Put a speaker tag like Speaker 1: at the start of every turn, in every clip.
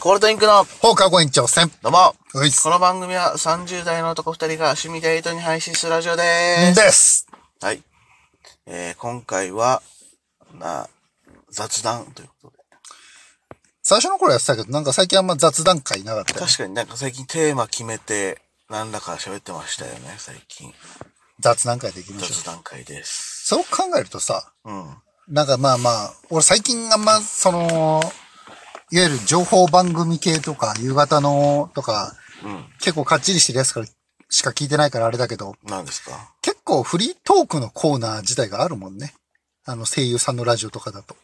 Speaker 1: コールドインクの、
Speaker 2: 放課後延長戦。
Speaker 1: どうも
Speaker 2: ういっす
Speaker 1: この番組は30代の男2人が趣味で糸に配信するラジオでーす。
Speaker 2: です。
Speaker 1: はい。えー、今回は、な、雑談ということで。
Speaker 2: 最初の頃やってたけど、なんか最近あんま雑談会なかったよね。
Speaker 1: 確かになんか最近テーマ決めて、何らか喋ってましたよね、最近。
Speaker 2: 雑談会でいきましょう
Speaker 1: 雑。談会です。
Speaker 2: そう考えるとさ、
Speaker 1: うん。
Speaker 2: なんかまあまあ、俺最近あんま、その、いわゆる情報番組系とか、夕方のとか、
Speaker 1: うん。
Speaker 2: 結構かっちりしてるやつからしか聞いてないからあれだけど、
Speaker 1: 何ですか
Speaker 2: 結構フリートークのコーナー自体があるもんね。あの声優さんのラジオとかだと。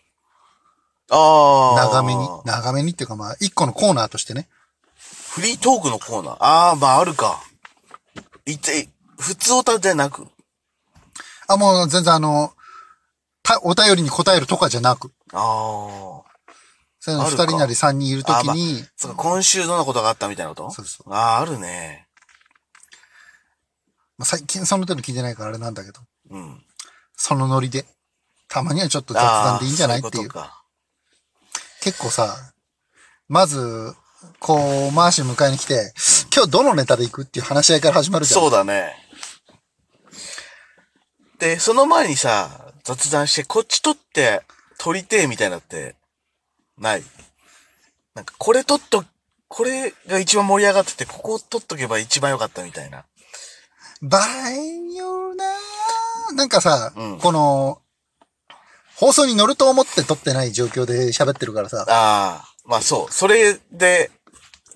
Speaker 1: あー。
Speaker 2: 長めに、長めにっていうかまあ、一個のコーナーとしてね。
Speaker 1: フリートークのコーナー。あー、まああるか。いって、普通オタじゃなく。
Speaker 2: あ、もう全然あの、たお便りに答えるとかじゃなく、
Speaker 1: あー。
Speaker 2: そういうの
Speaker 1: あ
Speaker 2: 二
Speaker 1: るか
Speaker 2: 人なり三人いるとき
Speaker 1: あ
Speaker 2: に、
Speaker 1: そうか、今週どんなことがあったみたいなこと
Speaker 2: そうそ
Speaker 1: ああ、あるね。
Speaker 2: まあ、最近その程度聞いてないからあれなんだけど、
Speaker 1: うん。
Speaker 2: そのノリで、たまにはちょっと雑談でいいんじゃない
Speaker 1: あー
Speaker 2: っていう。
Speaker 1: そことか
Speaker 2: 結構さ、まず、こう、マーシー迎えに来て、今日どのネタで行くっていう話し合いから始まるじゃん。
Speaker 1: そうだね。で、その前にさ、雑談して、こっち撮って、撮りてえみたいなのって、ない。なんか、これ撮っと、これが一番盛り上がってて、ここを撮っとけば一番良かったみたいな。
Speaker 2: 場合によるなぁなんかさ、
Speaker 1: うん
Speaker 2: この、放送に乗ると思って撮ってない状況で喋ってるからさ、
Speaker 1: ああ、まあそう。それで、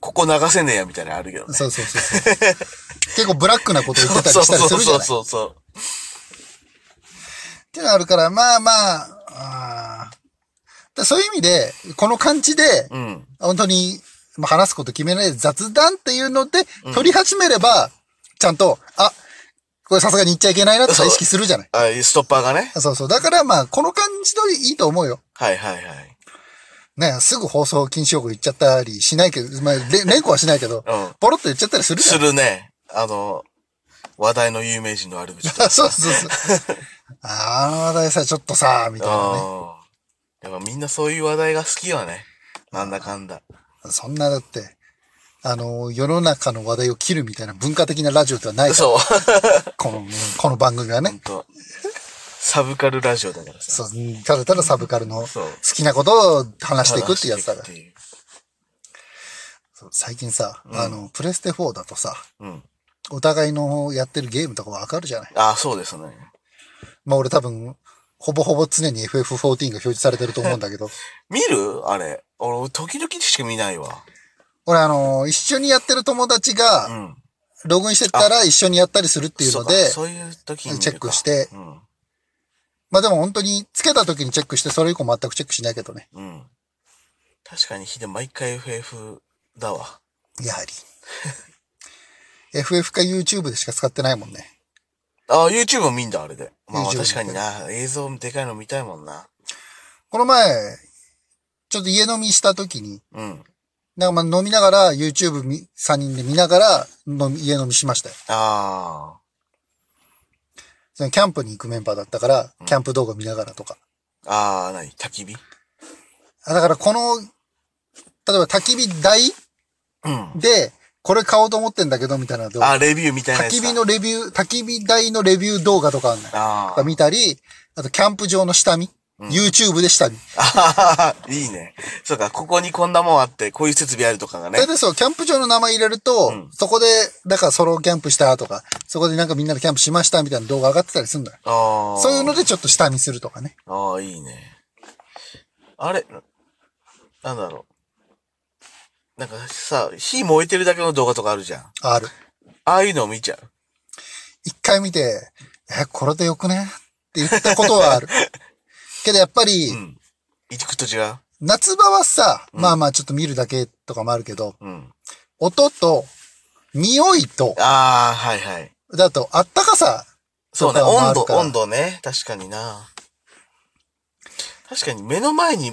Speaker 1: ここ流せねえやみたいなのあるけどね。
Speaker 2: そうそうそうそう。結構ブラックなこと言ってたりしたりするじゃな い
Speaker 1: そうそうそう
Speaker 2: っていうのがあるから、まあまあ、あーだそういう意味で、この感じで、
Speaker 1: そう。うん。
Speaker 2: 本当にまあ話すこと決めないで雑談っていうので、取り始めれば、ちゃんと、あ、これさすがに言っちゃいけないなとか意識するじゃない。
Speaker 1: あストッパーがね。
Speaker 2: そうそう。だからまあ、この感じでいいと思うよ。
Speaker 1: はいはいはい。
Speaker 2: ね、すぐ放送禁止用語言っちゃったりしないけど、まあ、れ連呼はしないけど、
Speaker 1: うん
Speaker 2: ポロッと言っちゃったりするじゃ
Speaker 1: す
Speaker 2: ん。
Speaker 1: るね。あの、話題の有名人の悪口とか。
Speaker 2: あ そうそうそう。あの話題さ、ちょっとさ、みたいなね。
Speaker 1: うん。やっぱみんなそういう話題が好きよね。なんだかんだ。
Speaker 2: そんなだって、あの、世の中の話題を切るみたいな文化的なラジオではない から
Speaker 1: そう。
Speaker 2: この、この番組は
Speaker 1: ほん
Speaker 2: ね。
Speaker 1: とサブカルラジオだからさ。
Speaker 2: そう、ただただサブカルの好
Speaker 1: そう
Speaker 2: きなことを話していくってやつだか
Speaker 1: 話し
Speaker 2: ら
Speaker 1: て。いくって
Speaker 2: そう最近さ、あの、プレステ4だとさ、
Speaker 1: いううん。
Speaker 2: お互いのやってるゲームとかわかるじゃない
Speaker 1: ああ、そうですね。
Speaker 2: まあ俺多分、ほぼほぼ常に FF14 が表示されてると思うん だけど、
Speaker 1: 見るあれ。俺、時々しか見ないわ。
Speaker 2: 俺あの、一緒にやってる友達
Speaker 1: う
Speaker 2: が、
Speaker 1: ん。っ
Speaker 2: ログインしてったら一緒にやったりするっていうので、
Speaker 1: そういう時に見るか。
Speaker 2: チェックして
Speaker 1: うん。
Speaker 2: まあでも本当に、つけた時にチェックして、それ以降全くチェックしないけどね。
Speaker 1: うん。確かにヒデ毎回 FF だわ。
Speaker 2: や はり。FF か YouTube でしか使ってないもんね。
Speaker 1: ああ、YouTube も見んだ、あれで。まあ
Speaker 2: YouTube
Speaker 1: 確かにな、映像でかいの見たいもんな。
Speaker 2: この前、ちょっと家飲みした時に、
Speaker 1: うん。
Speaker 2: なんかまあ飲みながら YouTube み3人で見ながら飲み家飲みしましたよ。
Speaker 1: ああ。
Speaker 2: そのキャンプに行くメンバーだったから、キャンプ動画見ながらとか。
Speaker 1: ああ、なに焚き火
Speaker 2: あだからこの、例えば焚き火台
Speaker 1: うん。
Speaker 2: で、これ買おうと思ってんだけど、みたいな動画。
Speaker 1: あ、レビューみたいな
Speaker 2: 焚
Speaker 1: やつ
Speaker 2: き
Speaker 1: だ。
Speaker 2: 火のレビュー、焚き火台のレビュー動画とかあんのよ
Speaker 1: あ
Speaker 2: とか見たり、あとキャンプ場の下見。YouTube で下見。
Speaker 1: あ。いいね。そうか、ここにこんなもんあって、こういう設備あるとかがね
Speaker 2: 大。体そう、キャンプ場の名前入れると、そこで、だからソロキャンプしたとか、そこでなんかみんなでキャンプしましたみたいな動画上がってたりするんだよ。
Speaker 1: ああ。
Speaker 2: そういうのでちょっと下見するとかね。
Speaker 1: ああ、いいね。あれ、ななんだろう。なんかさ、火燃えてるだけの動画とかあるじゃん。
Speaker 2: ある。
Speaker 1: ああいうのを見ちゃう。
Speaker 2: 一回見て、え、これでよくねって言ったことは ある。けどやっぱり、
Speaker 1: ん行くと違う。
Speaker 2: 夏場はさ、まあまあちょっと見るだけとかもあるけど、
Speaker 1: うん。
Speaker 2: 音と、匂いと、
Speaker 1: ああ、はいはい。
Speaker 2: だと、あったかさ、
Speaker 1: そうね、
Speaker 2: とかもあ
Speaker 1: 温度
Speaker 2: る、から
Speaker 1: 温度ね。確かにな。確かに目の前に、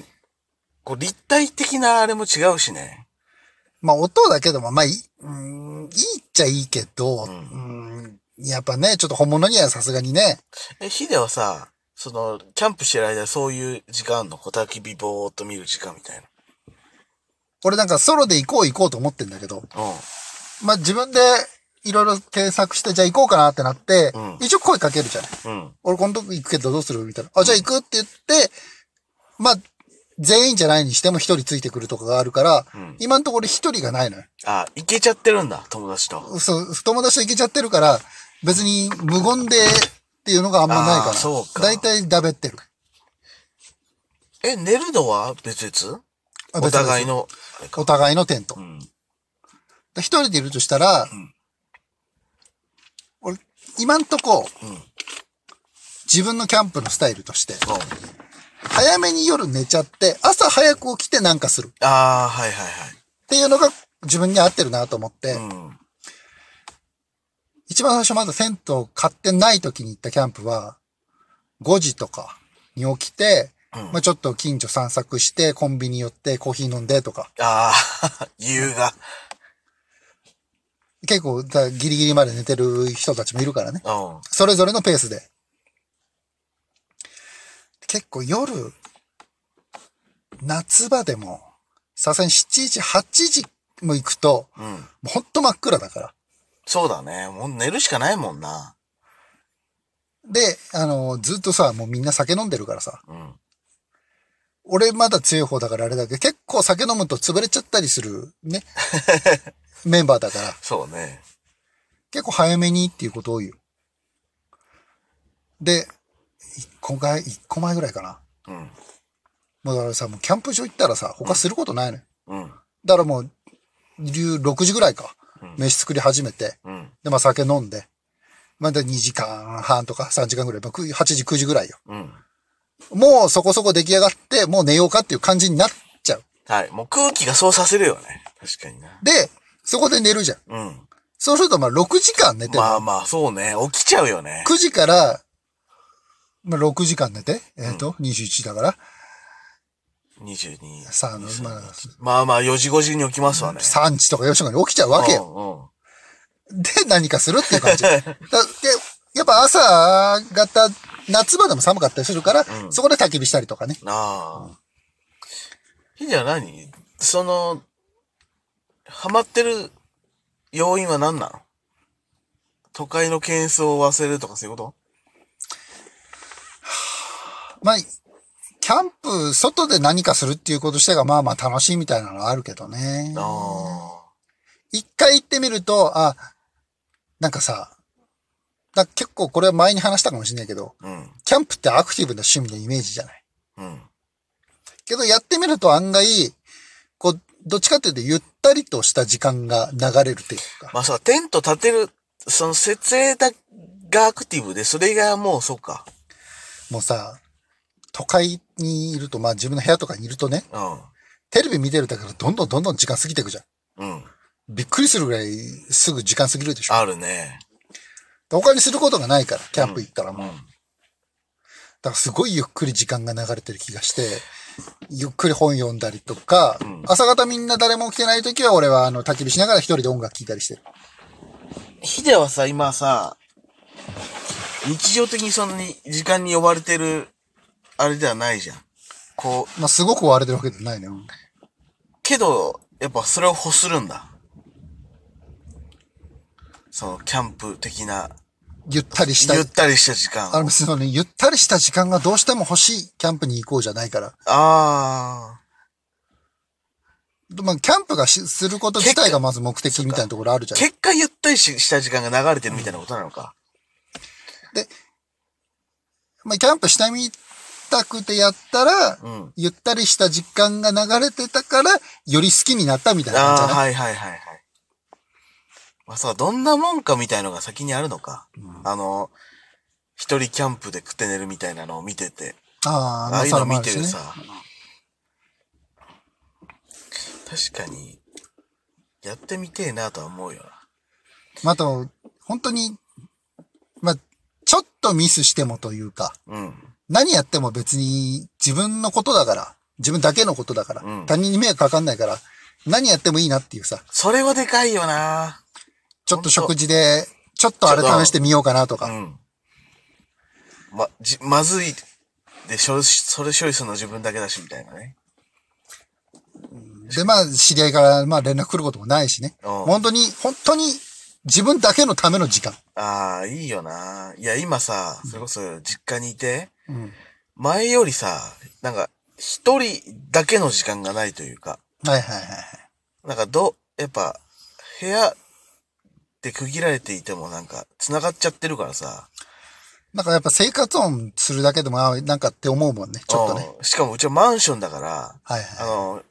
Speaker 1: こう立体的なあれも違うしね。
Speaker 2: まあ音だけでも、まあいい、うーん、いいっちゃいいけど、うーん、やっぱね、ちょっと本物にはさすがにね、
Speaker 1: え、ヒデはさ、その、キャンプしてる間そういう時間あんの小焚き火ぼーっと見る時間みたいな。
Speaker 2: 俺なんかソロで行こう行こうと思ってんだけど、
Speaker 1: う
Speaker 2: まあ自分でいろいろ検索して、じゃあ行こうかなってなって、
Speaker 1: うん
Speaker 2: 一応声かけるじゃない。
Speaker 1: ん。うん。
Speaker 2: 俺今度行くけどどうするみたいな。あ、じゃあ行くって言って、まあ、全員じゃないにしても一人ついてくるとかがあるから、
Speaker 1: うん
Speaker 2: 今のところ一人がないのよ。
Speaker 1: あ、いけちゃってるんだ、友達と。
Speaker 2: そう、友達と行けちゃってるから、別に無言でっていうのがあんまない
Speaker 1: あー
Speaker 2: から。
Speaker 1: そうか
Speaker 2: だいたいだべってる。
Speaker 1: え、寝るのは別々
Speaker 2: あ
Speaker 1: お互い。
Speaker 2: 別々
Speaker 1: の。
Speaker 2: お互いのテント
Speaker 1: う。ん。
Speaker 2: 一人でいるとしたら、俺、今んとこ、
Speaker 1: ん
Speaker 2: 自分のキャンプのスタイルとして、
Speaker 1: うん
Speaker 2: 早めに夜寝ちゃって、朝早く起きてなんかする。
Speaker 1: ああ、はいはい
Speaker 2: っていうのが自分に合ってるなと思って、
Speaker 1: はい。うん。
Speaker 2: 一番最初まだテントを買ってない時に行ったキャンプは、5時とかに起きて、
Speaker 1: うん
Speaker 2: まあちょっと近所散策して、コンビニ寄ってコーヒー飲んでとか、
Speaker 1: ああ、 優雅。
Speaker 2: 結構だギリギリまで寝てる人たちもいるからね。
Speaker 1: うん。
Speaker 2: それぞれのペースで。結構夜、夏場でも、さすがに7時、8時も行くと、
Speaker 1: うん。
Speaker 2: もうほんと真っ暗だから。
Speaker 1: そうだね。もう寝るしかないもんな。
Speaker 2: で、あの、ずっとさ、もうみんな酒飲んでるからさ、
Speaker 1: うん。
Speaker 2: 俺まだ強い方だからあれだけど、結構酒飲むと潰れちゃったりする ね。メンバーだから、
Speaker 1: そうね。
Speaker 2: 結構早めにっていうこと多いよ。で、一個前、一個前ぐらいかな。
Speaker 1: うん。
Speaker 2: もうだからさ、もうキャンプ場行ったらさ、他することないのよ。
Speaker 1: うん。
Speaker 2: だからもう、夕6時ぐらいか、飯作り始めて、
Speaker 1: うん。
Speaker 2: で、まあ酒飲んで、まだ2時間半とか3時間ぐらい、まあ、9 8時、9時ぐらいよ。
Speaker 1: うん。
Speaker 2: もうそこそこ出来上がって、もう寝ようかっていう感じになっちゃう。
Speaker 1: はい。もう空気がそうさせるよね。確かにな。
Speaker 2: で、そこで寝るじゃん。
Speaker 1: うん。
Speaker 2: そうするとまあ6時間寝てる、
Speaker 1: まあまあ、そうね。起きちゃうよね。
Speaker 2: 9時から、まあ6時間寝て、えっ、と、21だから、
Speaker 1: 22。
Speaker 2: さあのまあ
Speaker 1: まあまあ、4時5時に起きますわね。
Speaker 2: 3時とか4時とかに起きちゃうわけよ。
Speaker 1: よ。
Speaker 2: で、何かするっ ていう感じ。だで、やっぱ朝方、夏場でも寒かったりするから、
Speaker 1: うん
Speaker 2: そこで焚き火したりとかね。
Speaker 1: うん。なあ。ひじゃ何その、ハマってる要因は何なの都会の喧騒を忘れるとかそういうこ
Speaker 2: まあ、キャンプ、外で何かするっていうことしてが、まあまあ楽しいみたいなのはあるけどね。
Speaker 1: とあ
Speaker 2: 一回行ってみると、あ、なんかさ、だ結構これは前に話したかもしれないけど、
Speaker 1: あ。うん。
Speaker 2: キャンプってアクティブな趣味のイメージじゃない。
Speaker 1: うん。
Speaker 2: けどやってみると案外、こう、どっちかっていうとゆったりとした時間が流れるというか。
Speaker 1: まあさ、テント立てる、その設営だがアクティブで、それがもうそうか。
Speaker 2: もうさ、都会にいると、まあ自分の部屋とかにいるとね、
Speaker 1: う
Speaker 2: テレビ見てるだけどどんどんどんどん時間過ぎていくじゃん。
Speaker 1: ん。うん。
Speaker 2: びっくりするぐらいすぐ時間過ぎるでしょ。
Speaker 1: あるね。
Speaker 2: 他にすることがないから、キャンプ行ったらもう。
Speaker 1: うん
Speaker 2: だからすごいゆっくり時間が流れてる気がして、ゆっくり本読んだりとか、
Speaker 1: ん
Speaker 2: 朝方みんな誰も起きてない時は俺はあの焚き火しながら一人で音楽聴いたりしてる。
Speaker 1: ヒデはさ、今さ、日常的にそんなに時間に呼ばれてる、あれではないじゃん。こう、
Speaker 2: まあすごく追われてるわけじゃないのよ。
Speaker 1: けど、やっぱそれを欲するんだ。その、キャンプ的な、
Speaker 2: ゆったりした
Speaker 1: ゆっ。たりした時間。
Speaker 2: あ
Speaker 1: あ
Speaker 2: の、そのね、ゆったりした時間がどうしても欲しいキャンプに行こうじゃないから。
Speaker 1: あ
Speaker 2: まあ、キャンプがしすること自体がまず目的みたいなところあるじ
Speaker 1: ー。
Speaker 2: ゃん。
Speaker 1: 結果ゆったりしした時間が流れてるみたいなことなのか。
Speaker 2: まあ、キャンプしたみたくてやったら、
Speaker 1: うん
Speaker 2: ゆったりした時間が流れてたから、より好きになったみたいな感じ
Speaker 1: あ
Speaker 2: じ
Speaker 1: あ
Speaker 2: ゃ
Speaker 1: ー、
Speaker 2: ない
Speaker 1: はいはいはいはい。まあさ、どんなもんかみたいのが先にあるのか。あの、一人キャンプで食って寝るみたいなのを見てて。
Speaker 2: あーま
Speaker 1: あ
Speaker 2: あ、
Speaker 1: あいうの
Speaker 2: も
Speaker 1: 見てる
Speaker 2: ね。
Speaker 1: さ。確かに、やってみてえなとは思うよな。
Speaker 2: まあ、あと、本当に、まあ、ちょっとミスしてもというか、
Speaker 1: うん。
Speaker 2: 何やっても別に自分のことだから、自分だけのことだから、
Speaker 1: うん
Speaker 2: 他人に迷惑かかんないから、何やってもいいなっていうさ、
Speaker 1: それはでかいよな
Speaker 2: ちょっと食事で、ちょっとあれ試してみようかなとか
Speaker 1: う、ん。ま、じ、まずいで、しょ、それ処理するの自分だけだし、みたいなね。
Speaker 2: で、まあ、知り合いから、まあ、連絡来ることもないしね。
Speaker 1: うん
Speaker 2: 本当に、本当に、自分だけのための時間。
Speaker 1: ああ、いいよな。いや、今さ、それこそ実家にいて、
Speaker 2: うん。
Speaker 1: 前よりさ、なんか、一人だけの時間がないというか、
Speaker 2: はいはいはいはい。
Speaker 1: なんかど、やっぱ、部屋って区切られていてもなんか、繋がっちゃってるからさ、
Speaker 2: なんかやっぱ生活音するだけでも、あなんかって思うもんね。ちょっとね。
Speaker 1: うんしかもうちはマンションだから、
Speaker 2: はい
Speaker 1: あ
Speaker 2: はい。
Speaker 1: の、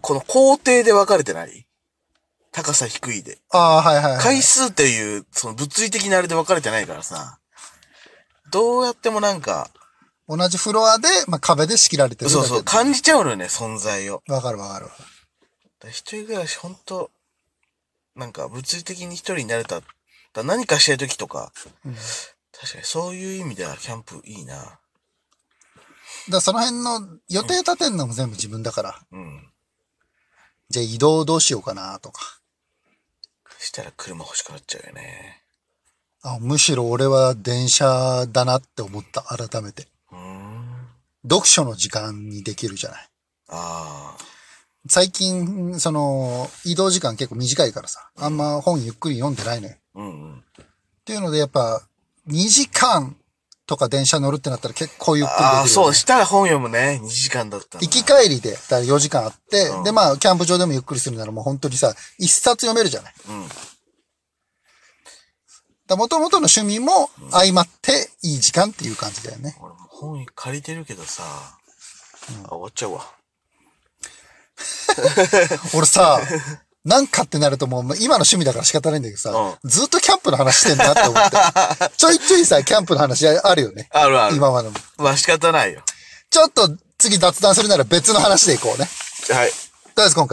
Speaker 1: この校庭で分かれてない高さ低いで。
Speaker 2: ああー、はいはい、はい。
Speaker 1: 回数っていう、その物理的なあれで分かれてないからさ、どうやってもなんか、
Speaker 2: 同じフロアで、まあ、壁で仕切られてるだ
Speaker 1: そ
Speaker 2: け
Speaker 1: う
Speaker 2: で。
Speaker 1: そう、感じちゃうのよね、存在を。
Speaker 2: わかるわかるわ
Speaker 1: だ
Speaker 2: かる。
Speaker 1: から一人暮らし、ほんと、なんか物理的に一人になれた、だから何かしてる時とか、確かにそういう意味ではキャンプいいな。
Speaker 2: だからその辺の予定立てんのも全部自分だから。
Speaker 1: うん。
Speaker 2: じゃあ移動どうしようかなとか。
Speaker 1: したら車欲しくなっちゃうよね。
Speaker 2: あむしろ俺は電車だなって思った、改めて。
Speaker 1: うーん。
Speaker 2: 読書の時間にできるじゃない。
Speaker 1: ああ。
Speaker 2: 最近、その、移動時間結構短いからさ、あんま本ゆっくり読んでないのよ。っ
Speaker 1: うんうん。
Speaker 2: ていうので、やっぱ、2時間とか電車乗るってなったら結構ゆっくりできるよね、
Speaker 1: ああ、そう、したら本読むね。2時間だったら。
Speaker 2: 行き帰りで、だから4時間あって、
Speaker 1: うん
Speaker 2: で、まあ、キャンプ場でもゆっくりするならもう本当にさ、一冊読めるじゃない。
Speaker 1: うん。
Speaker 2: だ元々の趣味も相まっていい時間っていう感じだよね。
Speaker 1: 俺も本借りてるけどさ、あ、終わっちゃうわ。
Speaker 2: 俺さ、なんかってなるともう今の趣味だから仕方ないんだけどさ、
Speaker 1: う
Speaker 2: ずっとキャンプの話してんなって思って。ちょいちょいさ、キャンプの話あるよね。
Speaker 1: あるある。
Speaker 2: 今までも。
Speaker 1: まあ仕方ないよ。
Speaker 2: ちょっと次雑談するなら別の話でいこうね。
Speaker 1: はい。
Speaker 2: とりあえず今回